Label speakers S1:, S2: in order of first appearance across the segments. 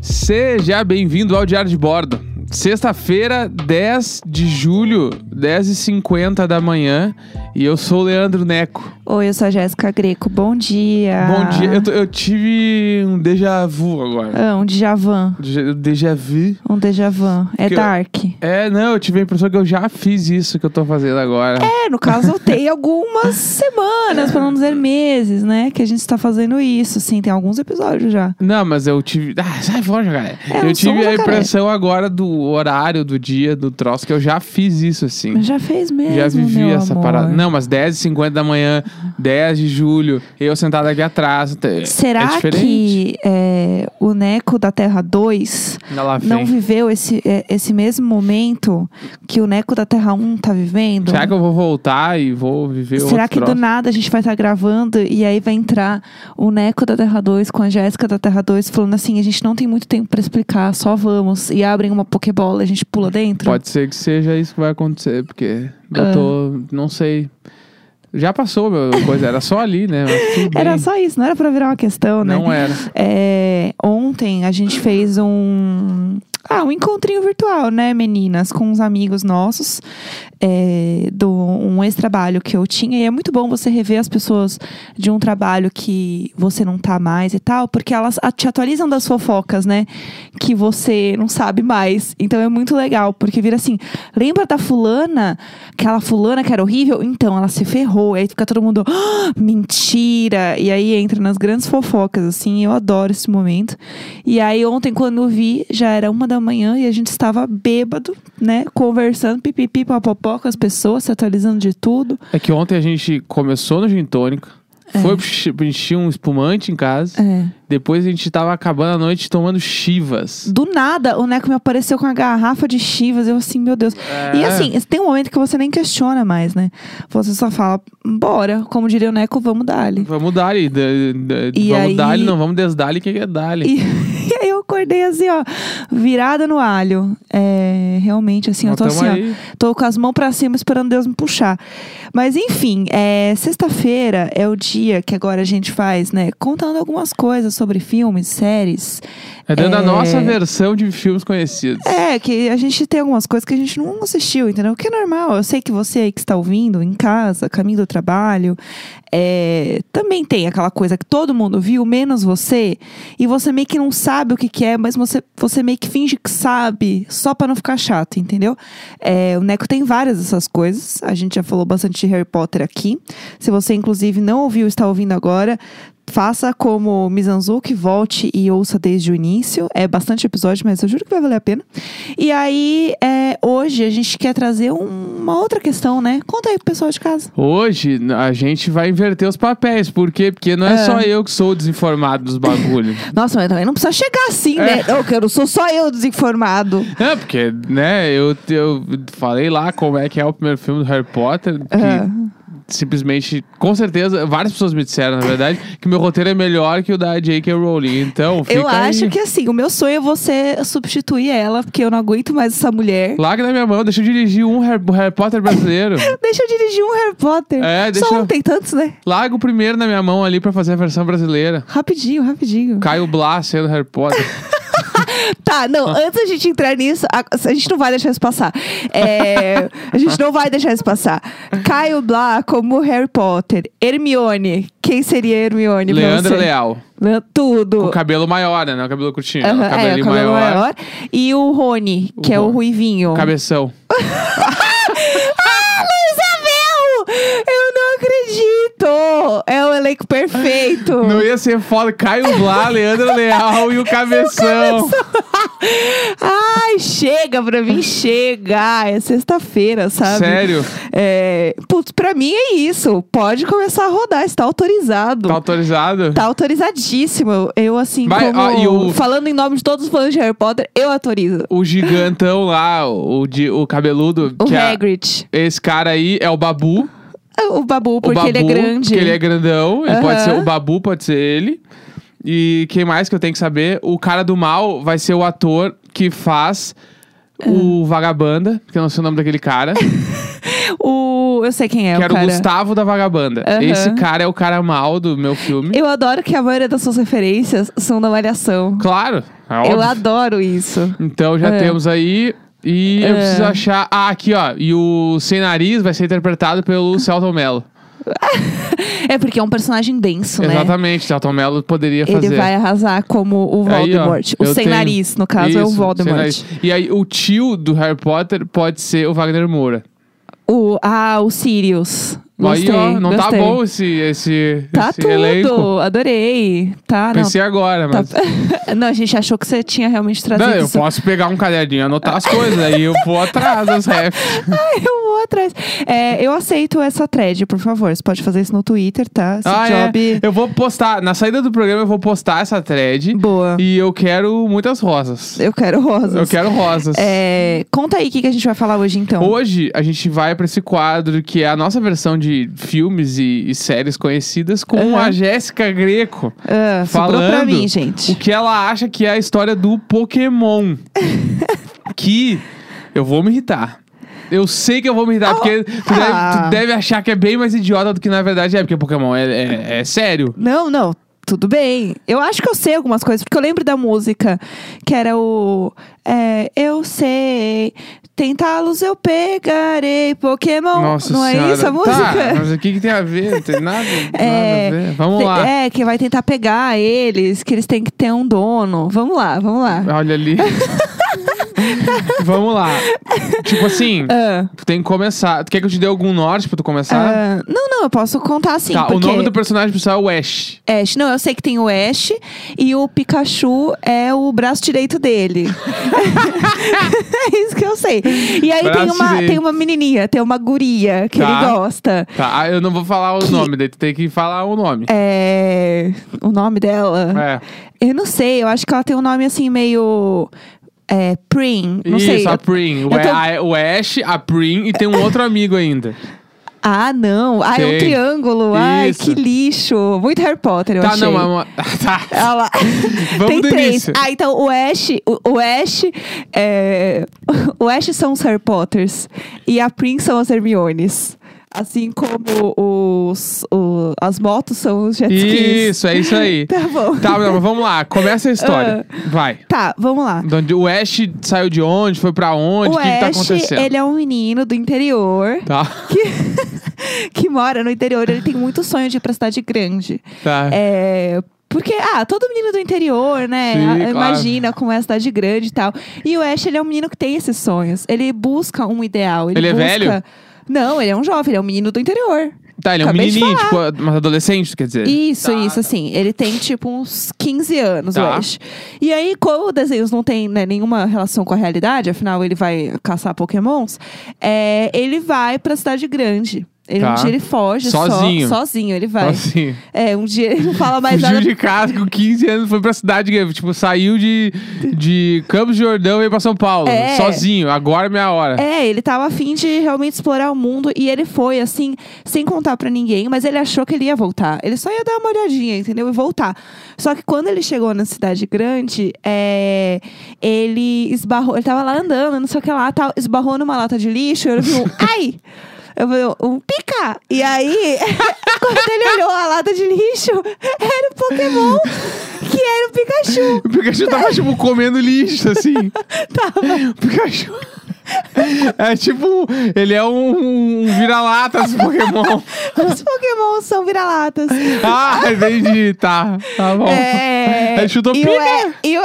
S1: Seja bem-vindo ao Diário de Bordo. Sexta-feira, 10 de julho, 10h50 da manhã. E eu sou o Leandro Neco.
S2: Oi, eu sou a Jéssica Greco. Bom dia.
S1: Bom dia. Eu, tô- eu tive um déjà vu agora.
S2: Ah, um Djavan.
S1: Dje- Déjà vu.
S2: Um Djavan. É
S1: Que-
S2: Dark.
S1: É, não, eu tive a impressão que eu já fiz isso que eu tô fazendo agora.
S2: É, no caso, tem algumas semanas, pra não dizer meses, né? Que a gente tá fazendo isso, sim. Tem alguns episódios já.
S1: Não, mas eu tive. Ah, sai fora, jacaré.
S2: É,
S1: eu
S2: eu sou um
S1: tive a
S2: jacaré.
S1: impressão agora do horário, do dia, do troço, que eu já fiz isso assim.
S2: Mas já fez mesmo,
S1: Já vivi
S2: meu
S1: essa
S2: amor.
S1: parada. Não, mas 10h50 da manhã, 10 de julho, eu sentado aqui atrás. te- é
S2: Será
S1: diferente.
S2: que é, o Neco da Terra 2
S1: Ainda lá vem.
S2: não viveu esse, é, esse mesmo momento que o Neco da Terra 1 tá vivendo?
S1: Será que eu vou voltar e vou viver
S2: Será
S1: outro
S2: que do
S1: troço?
S2: nada a gente vai estar gravando e aí vai entrar o Neco da Terra 2 com a Jéssica da Terra 2 falando assim, a gente não tem muito tempo pra explicar, só vamos. E abrem uma Pokébola, a gente pula dentro?
S1: Pode ser que seja isso que vai acontecer, porque eu
S2: Ah.
S1: tô. Não sei. Já passou, meu coisa. Era só ali, né? Mas tudo bem.
S2: Era só isso, não era pra virar uma questão, né?
S1: Não era.
S2: É, ontem a gente fez um. Ah, um encontrinho virtual, né, meninas? Com uns amigos nossos, é, do um ex-trabalho que eu tinha. E é muito bom você rever as pessoas de um trabalho que você não tá mais e tal, porque elas a- te atualizam das fofocas, né? Que você não sabe mais. Então é muito legal, porque vira assim: lembra da fulana? Aquela fulana que era horrível? Então, ela se ferrou. E aí fica todo mundo, "Ah, mentira! E aí entra nas grandes fofocas, assim. Eu adoro esse momento. E aí ontem, quando eu vi, já era uma da manhã e a gente estava bêbado, né? Conversando, pipipi, papopó com as pessoas, se atualizando de tudo.
S1: É que ontem a gente começou no gin tônico, foi pro chi- encher um espumante em casa.
S2: É.
S1: Depois a gente tava acabando a noite tomando chivas.
S2: Do nada, o Neco me apareceu com uma garrafa de chivas. Eu assim, meu Deus. E assim, tem um momento que você nem questiona mais, né? Você só fala, bora. Como diria o Neco, vamos dar-lhe.
S1: Vamos dar ali.
S2: E
S1: Vamos
S2: aí-
S1: dar ali, não, vamos desdar ali, o que que é dar ali?
S2: E, e aí eu acordei assim, ó, virada no alho. É, realmente, assim, eu tô assim, ó, tô com as mãos pra cima esperando Deus me puxar. Mas enfim, é, sexta-feira é o dia que agora a gente faz, né, contando algumas coisas sobre filmes, séries.
S1: É dentro da
S2: É.
S1: nossa versão de filmes conhecidos.
S2: É, que a gente tem algumas coisas que a gente não assistiu, entendeu? Que é normal. Eu sei que você aí que está ouvindo, em casa, caminho do trabalho, é, também tem aquela coisa que todo mundo viu, menos você. E você meio que não sabe o que, que é, mas você, você meio que finge que sabe, só pra não ficar chato, entendeu? É, o Neco tem várias dessas coisas. A gente já falou bastante de Harry Potter aqui. Se você, inclusive, não ouviu está ouvindo agora, Faça como Mizanzuki, volte e ouça desde o início. É bastante episódio, mas eu juro que vai valer a pena. E aí, é, hoje a gente quer trazer um- uma outra questão, né? Conta aí pro pessoal de casa.
S1: Hoje a gente vai inverter os papéis. Por quê? Porque não é, só eu que sou desinformado dos bagulhos.
S2: Nossa, mas também não precisa chegar assim, né? Eu quero, sou só eu desinformado.
S1: É, porque, né, eu, eu falei lá como é que é o primeiro filme do Harry Potter, que
S2: Aham.
S1: simplesmente, com certeza, várias pessoas me disseram, na verdade, que meu roteiro é melhor que o da J.K. Rowling. Então, fica
S2: Eu acho
S1: aí.
S2: que assim, o meu sonho é você substituir ela, porque eu não aguento mais essa mulher.
S1: Larga da minha mão, deixa eu dirigir um Harry, Harry Potter brasileiro.
S2: Deixa eu dirigir um Harry Potter.
S1: É, deixa
S2: Só
S1: eu-
S2: um, tem tantos, né?
S1: Larga o primeiro na minha mão ali pra fazer a versão brasileira.
S2: Rapidinho, rapidinho.
S1: Caio Blá sendo Harry Potter.
S2: Tá, não,
S1: Ah.
S2: antes da gente entrar nisso, a, a gente não vai deixar isso passar. É, a gente não vai deixar isso passar. Caio Blá como Harry Potter. Hermione, quem seria Hermione pra
S1: Leandro
S2: você?
S1: Leal.
S2: Le- Tudo.
S1: O cabelo maior, né? Não o cabelo curtinho.
S2: Aham,
S1: o cabelinho
S2: é, o cabelo
S1: maior.
S2: maior. E o Rony, que é o
S1: Rony.
S2: Ruivinho.
S1: Cabeção.
S2: Ah, Luiz Abel! Eu não acredito! É o elenco perfeito.
S1: Não ia ser foda. Caio Blá, Leandro Leal e o cabeção.
S2: Ai, chega pra mim, chega! É sexta-feira, sabe?
S1: Sério?
S2: É, putz, pra mim é isso. Pode começar a rodar, está autorizado.
S1: Tá autorizado?
S2: Tá autorizadíssimo. Eu, eu, assim,
S1: Vai,
S2: como-
S1: ó, e o-
S2: falando em nome de todos os fãs de Harry Potter, eu autorizo.
S1: O gigantão lá, o, de, o cabeludo.
S2: O
S1: que é-
S2: Hagrid.
S1: esse cara aí é o Babu.
S2: O Babu, porque
S1: o Babu,
S2: ele é grande.
S1: Que ele é grandão. Ele
S2: Aham.
S1: pode ser o Babu, pode ser ele. E quem mais que eu tenho que saber? O cara do mal vai ser o
S2: Ah.
S1: ator que faz o Vagabanda, que eu não sei o nome daquele cara.
S2: O, eu sei quem
S1: é-
S2: é
S1: que
S2: o
S1: era
S2: É cara.
S1: o Gustavo da Vagabanda.
S2: Aham.
S1: Esse cara é o cara mal do meu filme.
S2: Eu adoro que a maioria das suas referências são da Malhação.
S1: Claro, é
S2: Eu
S1: óbvio.
S2: adoro isso.
S1: Então já
S2: É.
S1: temos aí. E eu preciso achar. Ah, aqui, ó. E o Sem Nariz vai ser interpretado pelo Celton Mello.
S2: É porque é um personagem denso, né?
S1: Exatamente, Celton Mello poderia fazer.
S2: Ele vai arrasar como o
S1: Aí, ó,
S2: Voldemort.
S1: eu
S2: o sem
S1: tenho-
S2: nariz, no caso, é o
S1: Isso, Sem
S2: Voldemort.
S1: Nariz. E aí, o tio do Harry Potter pode ser o Wagner Moura.
S2: O, ah, o Sirius. Gostei,
S1: aí, ó, não
S2: gostei.
S1: tá bom esse, esse,
S2: Tá
S1: esse
S2: tudo,
S1: elenco.
S2: adorei. Tá, não.
S1: Pensei agora, mas.
S2: tá- não, a gente achou que você tinha realmente trazido
S1: Não, eu
S2: isso.
S1: posso pegar um caderninho e anotar as coisas, aí eu vou atrás das refs.
S2: Ah, eu vou atrás. É, eu aceito essa thread, por favor. Você pode fazer isso no Twitter, tá? Esse
S1: Ah,
S2: job.
S1: é. Eu vou postar, na saída do programa eu vou postar essa thread.
S2: Boa.
S1: E eu quero muitas rosas.
S2: Eu quero rosas.
S1: Eu quero rosas.
S2: É, conta aí o que, que a gente vai falar hoje, então.
S1: Hoje a gente vai pra esse quadro que é a nossa versão de filmes e, e séries conhecidas com
S2: Aham.
S1: a Jéssica Greco.
S2: Ah, sobrou pra
S1: falando
S2: mim,
S1: O
S2: gente.
S1: que ela acha que é a história do Pokémon. que eu vou me irritar. Eu sei que eu vou me irritar, porque tu,
S2: Ah.
S1: deve, tu deve achar que é bem mais idiota do que na verdade é, porque Pokémon é, é- é sério.
S2: Não, não. Tudo bem. Eu acho que eu sei algumas coisas, porque eu lembro da música, que era o. é, eu sei. Tentá-los eu pegarei. Pokémon.
S1: Nossa
S2: não
S1: senhora.
S2: é isso a
S1: Tá,
S2: música?
S1: mas o que, que tem a ver? Não tem nada,
S2: É,
S1: nada a ver. Vamos
S2: Te-
S1: lá.
S2: É, que vai tentar pegar eles, que eles têm que ter um dono. Vamos lá, vamos lá.
S1: Olha ali. Vamos lá. Tipo assim,
S2: Ah,
S1: tu tem que começar. Tu quer que eu te dê algum norte pra tu começar?
S2: ah, não, não, eu posso contar assim.
S1: tá, o
S2: porque-
S1: nome do personagem principal é o Ash.
S2: Ash. Não, eu sei que tem o Ash e o Pikachu é o braço direito dele. é isso que eu sei. E aí tem
S1: Braço
S2: uma,
S1: direito.
S2: tem uma menininha, tem uma guria que
S1: Tá.
S2: ele gosta.
S1: Tá, ah, eu não vou falar o
S2: Que-
S1: nome, daí tu tem que falar o nome.
S2: É... O nome dela?
S1: É.
S2: Eu não sei, eu acho que ela tem um nome assim meio... É, Prim, não
S1: Isso,
S2: sei.
S1: a Prim. O,
S2: eu tô-
S1: a- o Ash, a Prim e tem um outro amigo ainda.
S2: Ah, não. Ah, é um
S1: Tem.
S2: triângulo. Ai,
S1: Isso.
S2: que lixo. Muito Harry Potter, eu
S1: tá,
S2: achei.
S1: não, é uma... tá.
S2: Olha lá.
S1: Vamos
S2: Tem
S1: do
S2: três.
S1: início.
S2: Ah, então o Ash, o, o Ash, é, o Ash são os Harry Potters e a Prince são as Hermiones. Assim como os, o- as motos são os jet skis.
S1: Isso, é isso aí.
S2: Tá bom.
S1: Tá, não, mas vamos lá. Começa a história. Vai.
S2: Tá, vamos lá.
S1: De onde- O Ash saiu de onde? Foi pra onde? O
S2: o
S1: que, que tá
S2: Ash,
S1: acontecendo?
S2: ele é um menino do interior
S1: Tá,
S2: que, que mora no interior. Ele tem muito sonho de ir pra cidade grande.
S1: tá.
S2: É, Porque, ah, todo menino do interior, né?
S1: Sim,
S2: a-
S1: claro.
S2: Imagina como é a cidade grande e tal. E o Ash, ele é um menino que tem esses sonhos. Ele busca um ideal. Ele,
S1: Ele é
S2: busca-
S1: velho?
S2: Não, ele é um jovem, ele é um menino do interior.
S1: Tá, ele é um
S2: Acabei de
S1: menininho,
S2: falar.
S1: tipo, mas adolescente, quer dizer.
S2: Isso,
S1: Tá,
S2: isso, assim. Ele tem, tipo, uns 15 anos,
S1: Tá.
S2: eu acho. E aí, como o desenho não tem né, nenhuma relação com a realidade, afinal ele vai caçar pokémons, é, ele vai pra cidade grande. Ele,
S1: Tá.
S2: Um dia ele foge só-
S1: Sozinho.
S2: sozinho, ele vai.
S1: Então, assim,
S2: É, um dia ele não fala mais
S1: fugiu
S2: nada
S1: de casa com 15 anos, foi pra cidade, que, tipo, saiu de, de Campos de Jordão e veio pra São Paulo,
S2: É.
S1: sozinho, agora é minha hora.
S2: É, ele tava afim de realmente explorar o mundo e ele foi, assim, sem contar pra ninguém, mas ele achou que ele ia voltar. Ele só ia dar uma olhadinha, entendeu? E voltar. Só que quando ele chegou na cidade grande, é, ele esbarrou, ele tava lá andando, não sei o que lá, tal, esbarrou numa lata de lixo, ele viu um ai! Eu falei, um pica! E aí, quando ele olhou a lata de lixo, era o Pokémon que era o Pikachu.
S1: O Pikachu tava, tipo, comendo lixo, assim.
S2: Tava.
S1: O Pikachu. É tipo, ele é um, um vira-lata esse Pokémon.
S2: Os Pokémon são vira-latas.
S1: Ah, entendi, tá. Tá bom.
S2: É.
S1: Aí chutou
S2: e
S1: pica.
S2: O A- e, o,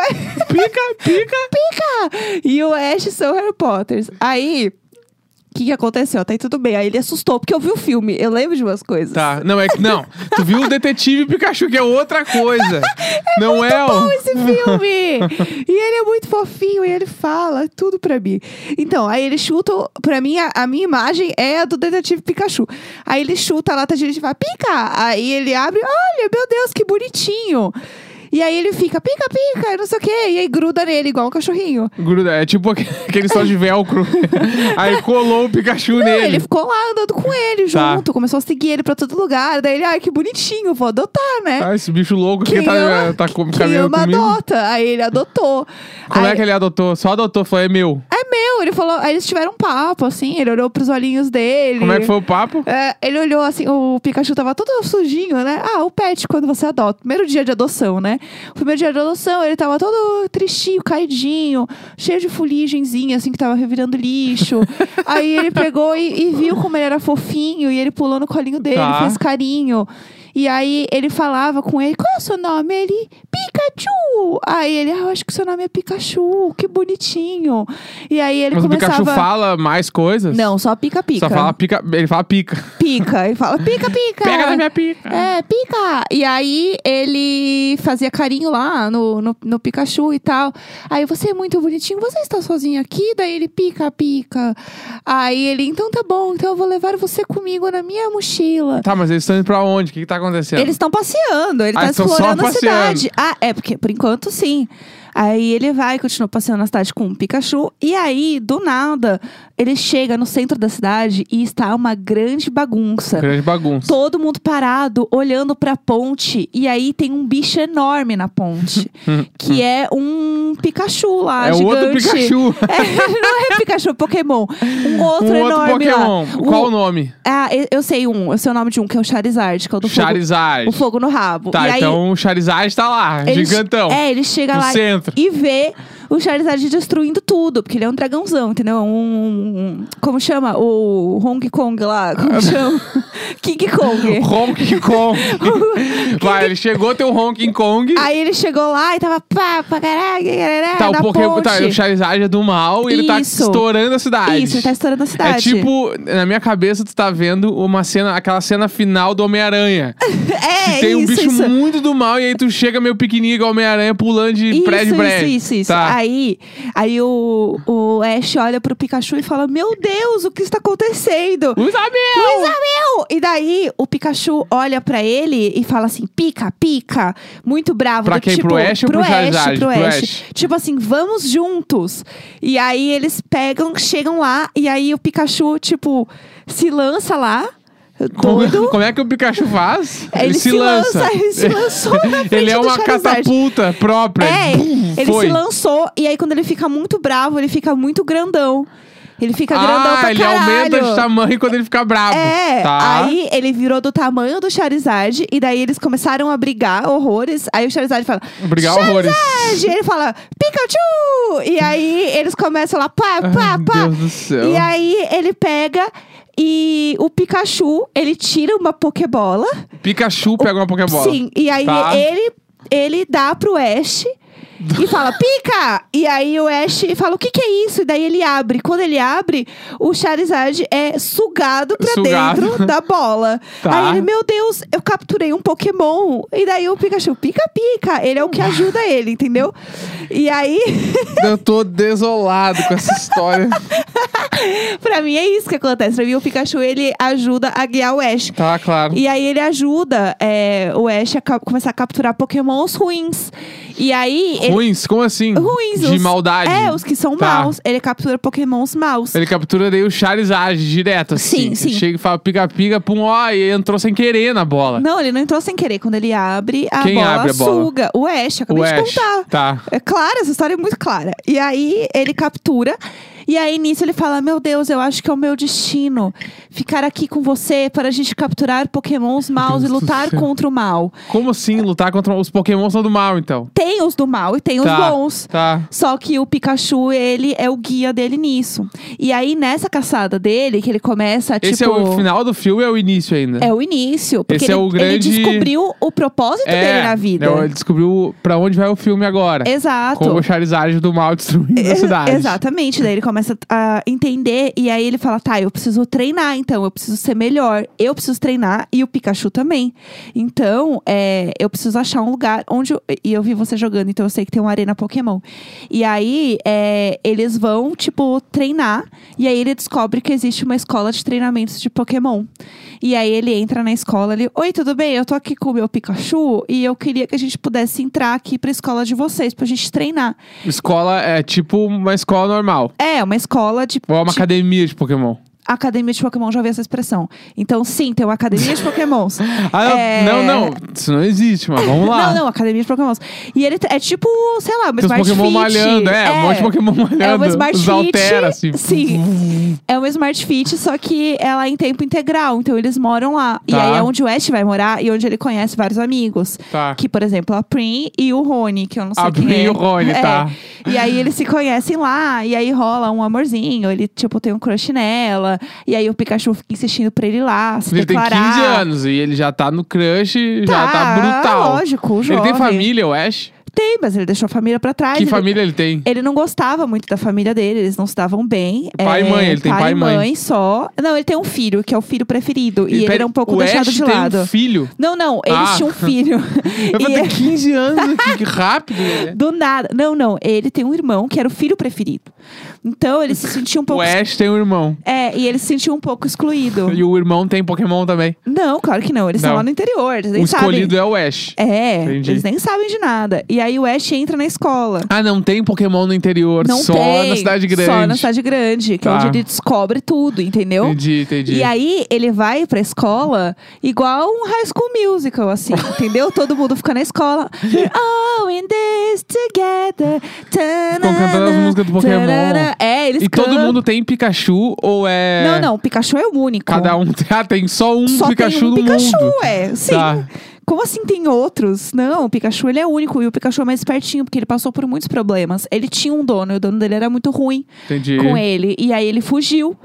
S1: Pica, pica.
S2: pica! e o Ash são Harry Potter. Aí, o que, que aconteceu? Até aí tudo bem. Aí ele assustou, porque eu vi o filme. Eu lembro de umas coisas.
S1: Tá, não é que não. Tu viu o Detetive Pikachu que é outra coisa. não é
S2: Bom
S1: o
S2: esse filme! e ele é muito fofinho e ele fala tudo pra mim. Então, aí ele chuta. o- Pra mim, a, a minha imagem é a do detetive Pikachu. Aí ele chuta a lata de lixo e fala, pica! Aí ele abre, olha, meu Deus, que bonitinho! E aí ele fica, pica, pica, e não sei o quê. E aí gruda nele, igual um cachorrinho.
S1: gruda, é tipo aqu- aquele só de velcro. Aí colou o Pikachu
S2: Não,
S1: nele.
S2: ele ficou lá andando com ele
S1: Tá.
S2: junto, começou a seguir ele pra todo lugar. Daí ele, ai, que bonitinho, vou adotar, né?
S1: Ah, esse bicho louco que
S2: Quem
S1: tá,
S2: ama-
S1: tá com-
S2: quem
S1: caminhando
S2: ama
S1: comigo.
S2: adota. Aí ele adotou.
S1: Como
S2: Aí-
S1: é que ele adotou? Só adotou, falou, é meu.
S2: É meu, ele falou. Aí eles tiveram um papo, assim, ele olhou pros olhinhos dele.
S1: Como é que foi o papo?
S2: É, ele olhou assim, o Pikachu tava todo sujinho, né? Ah, o pet quando você adota. Primeiro dia de adoção, né? O primeiro dia de adoção, ele tava todo tristinho, caidinho, cheio de fuligenzinha, assim, que tava revirando lixo. Aí ele pegou e, e viu como ele era fofinho, e ele pulou no colinho dele,
S1: Tá.
S2: fez carinho. E aí ele falava com ele, qual é o seu nome? Ele, Pikachu! Aí ele, ah, eu acho que o seu nome é Pikachu, que bonitinho. E aí ele
S1: Mas
S2: começava...
S1: o Pikachu fala mais coisas?
S2: Não, só pica-pica.
S1: Só fala pica. Ele fala pica.
S2: Pica. Ele fala, pica, pica.
S1: Pega na minha pica.
S2: É, pica! E aí ele fazia carinho lá no, no, no Pikachu e tal. Aí você é muito bonitinho, você está sozinho aqui? Daí ele pica, pica. Aí ele, então tá bom, então eu vou levar você comigo na minha mochila.
S1: Tá, mas eles estão indo pra onde? O que, que tá acontecendo?
S2: Eles estão passeando, ele
S1: Ah,
S2: tá
S1: estão só
S2: explorando a
S1: passeando.
S2: cidade. Ah, é, porque por enquanto sim. Aí ele vai, continua passeando na cidade com o Pikachu. E aí, do nada, ele chega no centro da cidade e está uma grande bagunça.
S1: Grande bagunça.
S2: Todo mundo parado, olhando pra ponte. E aí tem um bicho enorme na ponte. que é um Pikachu lá,
S1: é o
S2: gigante.
S1: outro Pikachu.
S2: É, não é Pikachu, é Pokémon. Um outro
S1: um outro
S2: enorme
S1: Pokémon.
S2: lá.
S1: Qual
S2: Um-
S1: o nome?
S2: Ah, eu- eu sei um. Eu sei o nome de um, que é o Charizard, que é o do
S1: Charizard.
S2: fogo, o fogo no rabo.
S1: Tá,
S2: e aí,
S1: então o Charizard tá lá,
S2: ele-
S1: gigantão.
S2: É, ele chega
S1: no
S2: lá
S1: centro.
S2: e vê o Charizard destruindo tudo, porque ele é um dragãozão, entendeu? Um, um- um- como chama? O Hong Kong lá, como chama? King Kong.
S1: Honking Kong. Vai, ele chegou, tem o Honking Kong.
S2: Aí ele chegou lá e tava pá, pá, caraca, caraca,
S1: tá, o
S2: na
S1: Pokémon.
S2: ponte.
S1: Tá, o Charizard é do mal e ele tá
S2: Isso.
S1: estourando a cidade.
S2: Isso, ele tá estourando a
S1: É
S2: cidade.
S1: tipo, na minha cabeça, tu tá vendo uma cena, aquela cena final do Homem-Aranha.
S2: É,
S1: que tem
S2: isso,
S1: um bicho
S2: isso.
S1: muito do mal e aí tu chega meio pequenininho igual Homem-Aranha pulando de
S2: Isso,
S1: prédio em prédio.
S2: isso, isso, isso.
S1: Tá.
S2: Aí, aí o, o Ash olha pro Pikachu e fala: Meu Deus, o que está acontecendo?
S1: Usa meu!
S2: Luiz Amel! E daí o Pikachu olha pra ele e fala assim: pica, pica. Muito bravo.
S1: Pra
S2: do
S1: quem?
S2: Tipo,
S1: Pro Ash ou pro Charizard?
S2: Pro
S1: Pro
S2: Ash.
S1: Ash.
S2: Tipo assim, vamos juntos. E aí eles pegam, chegam lá, e aí o Pikachu, tipo, se lança lá.
S1: Como,
S2: Doido.
S1: como é que é? o Pikachu faz?
S2: Ele, se lança, ele se lançou na frente
S1: Ele é
S2: do
S1: uma
S2: Charizard.
S1: catapulta própria.
S2: É,
S1: Bum,
S2: ele
S1: foi.
S2: se lançou e aí quando ele fica muito bravo, ele fica muito grandão. Ele fica Tá grandão
S1: ah,
S2: pra
S1: ele
S2: caralho.
S1: aumenta de tamanho quando ele fica bravo.
S2: É,
S1: tá.
S2: aí ele virou do tamanho do Charizard e daí eles começaram a brigar horrores. Aí o Charizard fala:
S1: Brigar
S2: Charizard!
S1: horrores.
S2: E ele fala: Pikachu! E aí eles começam lá, pá,
S1: Ai,
S2: pá,
S1: meu
S2: pá.
S1: Deus do céu.
S2: E aí ele pega e o Pikachu, ele tira uma Pokébola.
S1: Pikachu pega uma Pokébola.
S2: Sim, e aí
S1: Tá.
S2: ele, ele dá pro Ash e fala, pica! E aí o Ash fala, o que que é isso? E daí ele abre. Quando ele abre, o Charizard é sugado pra
S1: Sugado.
S2: dentro da bola.
S1: Tá.
S2: Aí ele, meu Deus, eu capturei um Pokémon. E daí o Pikachu, pica, pica. Ele é o que ajuda ele, entendeu? E aí,
S1: Eu tô desolado com essa história.
S2: pra mim é isso que acontece. Pra mim o Pikachu, ele ajuda a guiar o Ash.
S1: tá, claro.
S2: E aí ele ajuda é, o Ash a ca- começar a capturar pokémons ruins. E aí... ele-
S1: Ruins? Como assim?
S2: ruins.
S1: De
S2: os-
S1: maldade.
S2: É, os que são
S1: Tá.
S2: maus. Ele captura pokémons maus.
S1: Ele captura daí o Charizard direto, assim.
S2: Sim, sim.
S1: Chega e fala pica-pica, pum, ó, e entrou sem querer na bola.
S2: Não, ele não entrou sem querer. Quando ele abre, a,
S1: Quem
S2: bola,
S1: abre a bola?
S2: suga. O Ash, eu
S1: o
S2: acabei de
S1: Ash.
S2: contar.
S1: Tá.
S2: É clara, essa história é muito clara. E aí ele captura. E aí nisso ele fala: Meu Deus, eu acho que é o meu destino ficar aqui com você para a gente capturar pokémons maus e
S1: Deus do
S2: lutar
S1: céu.
S2: contra o mal.
S1: Como assim lutar contra os Pokémon são do mal, então?
S2: Tem os do mal e tem os
S1: Tá,
S2: bons.
S1: Tá.
S2: Só que o Pikachu, ele é o guia dele nisso. E aí, nessa caçada dele, que ele começa, tipo...
S1: Esse é o final do filme ou é o início ainda?
S2: É o início. Porque
S1: Esse é
S2: ele,
S1: o grande- É,
S2: ele descobriu o propósito dele na vida.
S1: Ele descobriu pra onde vai o filme agora.
S2: Exato.
S1: Como o Charizard do mal destruindo a cidade.
S2: Exatamente, daí ele começa a entender e aí ele fala: tá, eu preciso treinar, então, eu preciso ser melhor, eu preciso treinar e o Pikachu também. Então, é, eu preciso achar um lugar onde. eu- e eu vi você jogando, então eu sei que tem uma arena Pokémon. E aí é, eles vão, tipo, treinar e aí ele descobre que existe uma escola de treinamentos de Pokémon. E aí ele entra na escola ali: Oi, tudo bem? Eu tô aqui com o meu Pikachu e eu queria que a gente pudesse entrar aqui pra escola de vocês, pra gente treinar.
S1: Escola é tipo uma escola normal.
S2: É, uma escola de.
S1: Ou é uma
S2: de-
S1: academia de Pokémon.
S2: academia de Pokémon já ouvi essa expressão. Então, sim, tem uma academia de Pokémons.
S1: Ah, não,
S2: É,
S1: não, não. Isso não existe, mas vamos lá.
S2: Não, não, academia de Pokémons. E ele t- é tipo, sei lá, uma
S1: Tem os
S2: Smart
S1: Pokémon
S2: Fit.
S1: malhando, é, um monte de Pokémon malhando.
S2: É uma Smart
S1: os
S2: Fit.
S1: altera, assim.
S2: Sim. É uma Smart Fit, só que ela é em tempo integral. Então eles moram lá. E
S1: Tá.
S2: aí é onde o Ash vai morar e onde ele conhece vários amigos.
S1: Tá.
S2: Que, por exemplo, a Prim e o Rony, que eu não sei
S1: A
S2: quem
S1: Prim
S2: é.
S1: e o Rony,
S2: É.
S1: tá.
S2: E aí eles se conhecem lá, e aí rola um amorzinho. Ele, tipo, tem um crush nela. E aí o Pikachu fica insistindo pra ele ir lá, se
S1: Ele tem
S2: declarar.
S1: 15 anos e ele já tá no crush, já tá brutal.
S2: lógico, o
S1: Ele
S2: jovem.
S1: tem família, o Ash?
S2: Tem, mas ele deixou a família pra trás.
S1: Que
S2: ele-
S1: família ele tem?
S2: Ele não gostava muito da família dele, eles não se davam bem. É,
S1: Pai e mãe, ele tem pai e mãe.
S2: só. Não, ele tem um filho, que é o filho preferido. E, ele
S1: pera-
S2: era um pouco
S1: o
S2: deixado
S1: Ash
S2: de
S1: tem
S2: lado.
S1: Um filho.
S2: Não, não, eles
S1: Ah.
S2: tinham um filho.
S1: Eu vou
S2: E
S1: ter
S2: é-
S1: 15 anos aqui, que rápido. Né?
S2: Do nada. Não, não, ele tem um irmão que era o filho preferido. Então ele se sentia um
S1: O
S2: pouco.
S1: Ash tem um irmão.
S2: É, e ele se sentiu um pouco excluído.
S1: E o irmão tem Pokémon também.
S2: Não, claro que não. Eles
S1: Não.
S2: estão lá no interior, eles nem
S1: o escolhido
S2: sabem.
S1: é o Ash.
S2: É,
S1: Entendi.
S2: eles nem sabem de nada. E aí o Ash entra na escola.
S1: Ah, não tem Pokémon no interior,
S2: Não
S1: só
S2: tem.
S1: na cidade grande.
S2: Só na cidade grande, que
S1: Tá.
S2: é onde ele descobre tudo, entendeu?
S1: Entendi, entendi.
S2: E aí ele vai pra escola igual um high school musical, assim, entendeu? Todo mundo fica na escola. We're all in this together. Ficam
S1: cantando as músicas do Pokémon.
S2: É, eles
S1: E todo
S2: cantam.
S1: mundo tem Pikachu ou é.
S2: Não, não, o Pikachu é o único.
S1: Cada um ah, tem só um
S2: Só
S1: Pikachu
S2: tem um
S1: no
S2: Pikachu,
S1: mundo.
S2: é. Sim.
S1: Tá.
S2: Como assim tem outros? Não, o Pikachu ele é único e o Pikachu é mais espertinho, porque ele passou por muitos problemas. Ele tinha um dono e o dono dele era muito ruim.
S1: Entendi.
S2: com ele. E aí ele fugiu.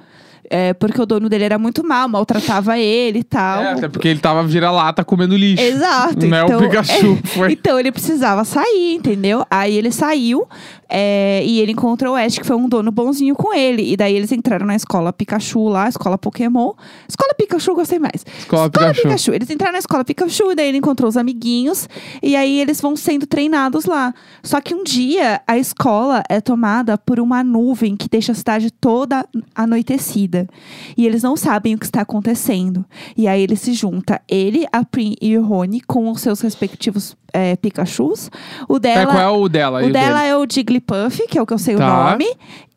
S2: é, porque o dono dele era muito mal, maltratava ele e tal.
S1: É, até porque ele tava vira-lata comendo lixo.
S2: Exato.
S1: Não é o
S2: então,
S1: Pikachu, foi.
S2: Então ele precisava sair, entendeu? Aí ele saiu é, e ele encontrou o Ash, que foi um dono bonzinho com ele. E daí eles entraram na escola Pikachu lá, escola Pokémon. Escola Pikachu, eu gostei mais.
S1: Escola Pikachu.
S2: Eles entraram na escola Pikachu, e daí ele encontrou os amiguinhos. E aí eles vão sendo treinados lá. Só que um dia a escola é tomada por uma nuvem que deixa a cidade toda anoitecida. E eles não sabem o que está acontecendo. E aí ele se junta, ele, a Prim e o Rony, com os seus respectivos é, Pikachus. O
S1: É,
S2: dela.
S1: qual é o dela? E
S2: O dela
S1: dele?
S2: é o Jigglypuff, que é o que eu sei
S1: Tá.
S2: o nome.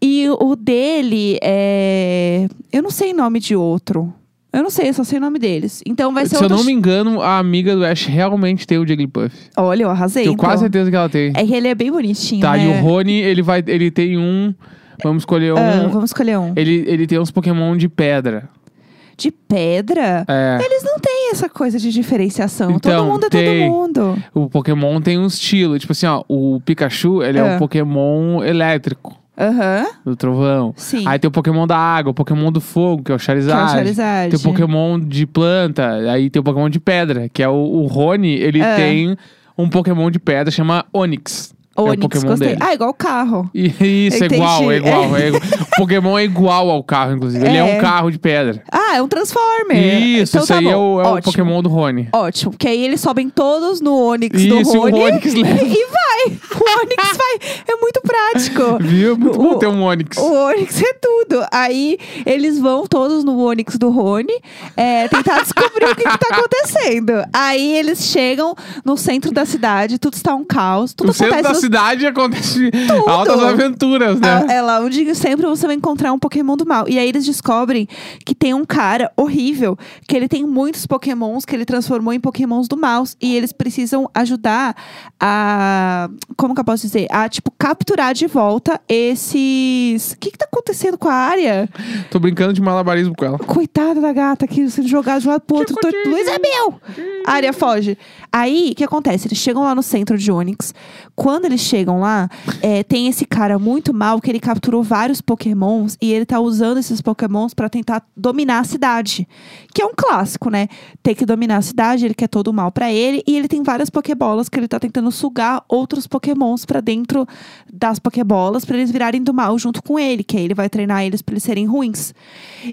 S2: E o dele é. Eu não sei nome de outro. Eu não sei, eu só sei o nome deles. Então vai
S1: Se
S2: ser
S1: eu
S2: outro.
S1: não me engano, a amiga do Ash realmente tem o Jigglypuff.
S2: Olha, eu arrasei.
S1: Tenho
S2: então.
S1: quase certeza que ela tem.
S2: É que ele é bem bonitinho.
S1: tá,
S2: né?
S1: e o Rony, ele vai. Ele tem um. Vamos escolher
S2: Ah,
S1: um.
S2: vamos escolher um.
S1: Ele, ele tem uns Pokémon de pedra.
S2: De pedra?
S1: É.
S2: Eles não têm essa coisa de diferenciação.
S1: Então,
S2: todo mundo é
S1: tem.
S2: todo mundo.
S1: O Pokémon tem um estilo. Tipo assim, ó, o Pikachu, ele é,
S2: É.
S1: um Pokémon elétrico
S2: Aham.
S1: do trovão.
S2: Sim.
S1: Aí tem o Pokémon da água, o Pokémon do fogo, que é o
S2: Que é o
S1: Charizard.
S2: Charizard.
S1: Tem o Pokémon de planta, aí tem o Pokémon de pedra, que é o, o Rony, ele
S2: É.
S1: tem um Pokémon de pedra, chama Onix. é o
S2: Onix,
S1: Pokémon
S2: gostei.
S1: dele.
S2: Ah, igual o carro.
S1: E isso, é
S2: Entendi.
S1: igual, é igual. é igual. o Pokémon é igual ao carro, inclusive. Ele é um
S2: É.
S1: carro de pedra.
S2: Ah, é um Transformer.
S1: Isso,
S2: então,
S1: isso
S2: tá
S1: aí
S2: bom.
S1: é o, é o
S2: Ótimo.
S1: Pokémon do Rony.
S2: Ótimo, porque aí eles sobem todos no Onix do
S1: Isso, e o
S2: Rony.
S1: Onix leva.
S2: E vai! O Onix vai! É muito prático.
S1: Viu? Muito bom
S2: O-
S1: ter um Onix.
S2: O Onix é tudo. Aí eles vão todos no Onix do Rony é, tentar descobrir o que, que tá acontecendo. Aí eles chegam no centro da cidade, tudo está um caos, tudo
S1: no centro
S2: acontece
S1: da
S2: no
S1: cidade acontece altas aventuras, né?
S2: É lá onde sempre você vai encontrar um Pokémon do mal. E aí eles descobrem que tem um cara horrível, que ele tem muitos Pokémons que ele transformou em Pokémons do mal. E eles precisam ajudar a. Como que eu posso dizer? A, tipo, capturar de volta esses. O que, que tá acontecendo com a área?
S1: Tô brincando de malabarismo com ela.
S2: Coitada da gata que sendo jogada de um lado pro outro. Tô...
S1: Tchucu-tchu.
S2: Luiz é meu! A área foge. Aí, o que acontece? Eles chegam lá no centro de Onix. Quando eles chegam lá, é, tem esse cara muito mal que ele capturou vários pokémons e ele tá usando esses pokémons pra tentar dominar a cidade. Que é um clássico, né? Tem que dominar a cidade, ele quer todo o mal pra ele. E ele tem várias pokébolas que ele tá tentando sugar outros pokémons pra dentro das pokébolas pra eles virarem do mal junto com ele. Que aí ele vai treinar eles pra eles serem ruins.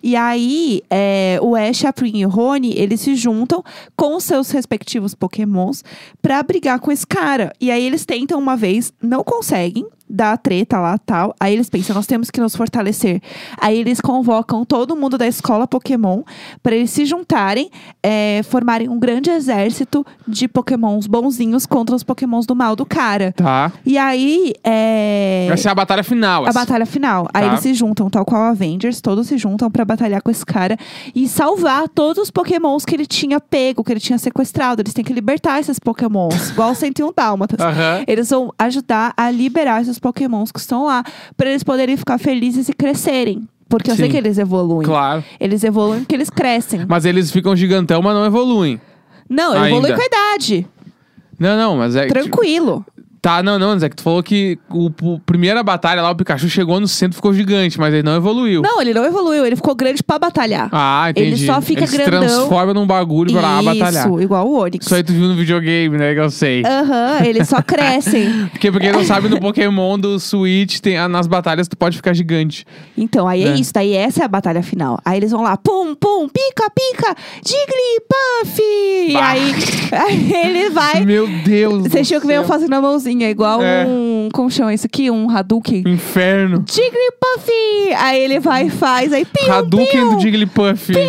S2: E aí, é, o Ash, a Prim e o Rony, eles se juntam com os seus respectivos pokémons pra brigar com esse cara. E aí eles tentam uma vez, não conseguem. da treta lá tal. Aí eles pensam, nós temos que nos fortalecer. Aí eles convocam todo mundo da escola Pokémon para eles se juntarem, é, formarem um grande exército de Pokémons bonzinhos contra os Pokémons do mal do cara.
S1: Tá.
S2: E aí. É...
S1: Essa é a batalha final.
S2: A
S1: essa.
S2: batalha final.
S1: Tá.
S2: Aí eles se juntam, tal qual Avengers, todos se juntam pra batalhar com esse cara e salvar todos os pokémons que ele tinha pego, que ele tinha sequestrado. Eles têm que libertar esses pokémons, igual 101 Dálmatas.
S1: Aham.
S2: Eles vão ajudar a liberar esses pokémons que estão lá, pra eles poderem ficar felizes e crescerem. Porque eu sei
S1: Sim.
S2: que eles evoluem.
S1: Claro.
S2: Eles evoluem porque eles crescem.
S1: Mas eles ficam gigantão, mas não evoluem.
S2: Não, evoluem
S1: Ainda.
S2: com a idade.
S1: Não, não, mas é.
S2: Tranquilo.
S1: Tá, não, não, Zé, que tu falou que o, o primeira batalha lá, o Pikachu chegou no centro e ficou gigante, mas ele não evoluiu.
S2: Não, ele não evoluiu, ele ficou grande pra batalhar.
S1: Ah,
S2: Ele
S1: entendi.
S2: só fica
S1: ele
S2: grandão.
S1: se transforma num bagulho pra lá batalhar.
S2: Isso, Ah. igual o Onix.
S1: Isso aí tu viu no videogame, né? Que eu sei.
S2: Aham, eles só crescem.
S1: Porque, pra quem não sabe, no Pokémon do Switch, tem, ah, nas batalhas tu pode ficar gigante.
S2: Então, aí é
S1: Né?
S2: isso. Daí essa é a batalha final. Aí eles vão lá, pum, pum, pica, pica, Jigglypuff! E
S1: Bah.
S2: aí, aí ele vai...
S1: Meu Deus.
S2: Vocês tinham que ver eu fazendo a mãozinha, igual
S1: É.
S2: um... Como chama isso aqui? Um Hadouken.
S1: Inferno.
S2: Jigglypuff! Aí ele vai e faz, aí piu,
S1: Hadouken
S2: piu,
S1: do Jigglypuff.
S2: Aí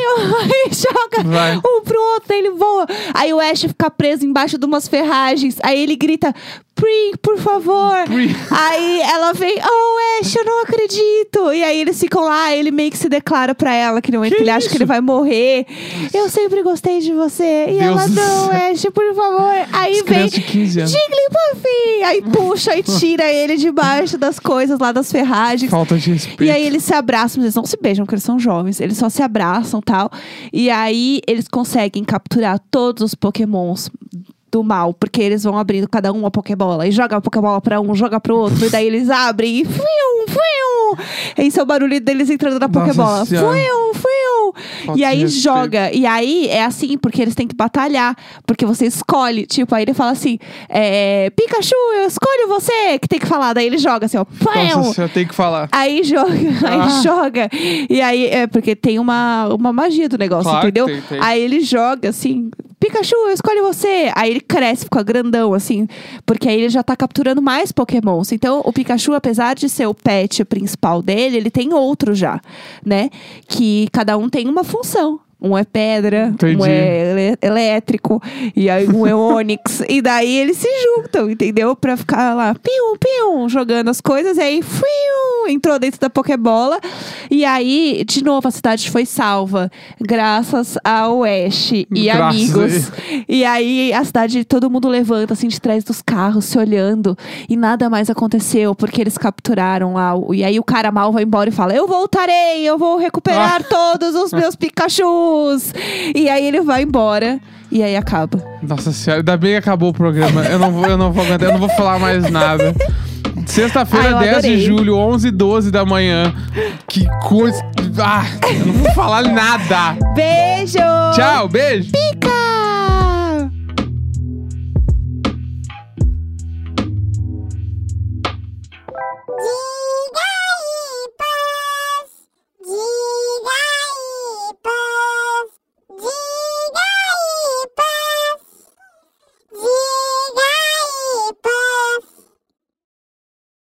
S2: joga
S1: Vai.
S2: um pro outro, daí ele voa. Aí o Ash fica preso embaixo de umas ferragens. Aí ele grita, Pri, por favor.
S1: Pri.
S2: Aí ela vem, oh, Ash, eu não acredito. E aí eles ficam lá, ele meio que se declara pra ela que, não, que,
S1: Que
S2: ele acha
S1: isso?
S2: que ele vai morrer. Eu sempre gostei de você. E
S1: Deus
S2: ela,
S1: do
S2: não, Ash, por favor. Aí
S1: As
S2: vem,
S1: crianças de 15 anos.
S2: Jigglypuff. Aí puxa e tira ele debaixo das coisas lá das ferragens.
S1: Falta de respeito.
S2: E aí eles se abraçam, eles não se beijam porque eles são jovens, eles só se abraçam tal. E aí eles conseguem capturar todos os pokémons do mal, porque eles vão abrindo cada um uma pokébola e joga a pokébola pra um, joga pro outro, e daí eles abrem e fium, fium. Esse é o barulho deles entrando na
S1: Nossa
S2: pokébola.
S1: Senhora.
S2: Fium, fium.
S1: Falta
S2: E aí
S1: de respeito.
S2: joga. E aí é assim, porque eles têm que batalhar, porque você escolhe, tipo, aí ele fala assim, é, Pikachu, eu escolho você, que tem que falar, daí ele joga assim, ó, fium.
S1: Nossa, eu tenho que falar.
S2: Aí joga,
S1: Ah.
S2: aí joga. E aí, é porque tem uma, uma magia do negócio,
S1: Claro que
S2: entendeu?
S1: tem, tem.
S2: Aí ele joga assim, Pikachu, eu escolho você. Aí ele cresce, fica grandão, assim, porque aí ele já tá capturando mais pokémons. Então, o Pikachu, apesar de ser o pet principal dele, ele tem outro já, né? Que cada um tem uma função. Um é pedra, um
S1: Entendi.
S2: é ele- elétrico, e aí um é Onix. e daí eles se juntam, entendeu? Pra ficar lá, pium, pium, jogando as coisas. E aí, fiu, entrou dentro da Pokébola. E aí, de novo, a cidade foi salva. Graças ao Ash e
S1: Graças
S2: amigos. E aí, a cidade, todo mundo levanta, assim, de trás dos carros, se olhando. E nada mais aconteceu, porque eles capturaram lá. o- E aí, o cara mal vai embora e fala, eu voltarei, eu vou recuperar todos os meus Pikachus. E aí, ele vai embora. E aí, acaba.
S1: Nossa senhora, ainda bem que acabou o programa. Eu não vou, eu não vou aguentar, eu não vou falar mais nada.
S2: Ah,
S1: Sexta-feira,
S2: eu
S1: 10 de
S2: adorei.
S1: julho, 11 e 12 da manhã. Que coisa. Ah, eu não vou falar nada.
S2: Beijo!
S1: Tchau, beijo.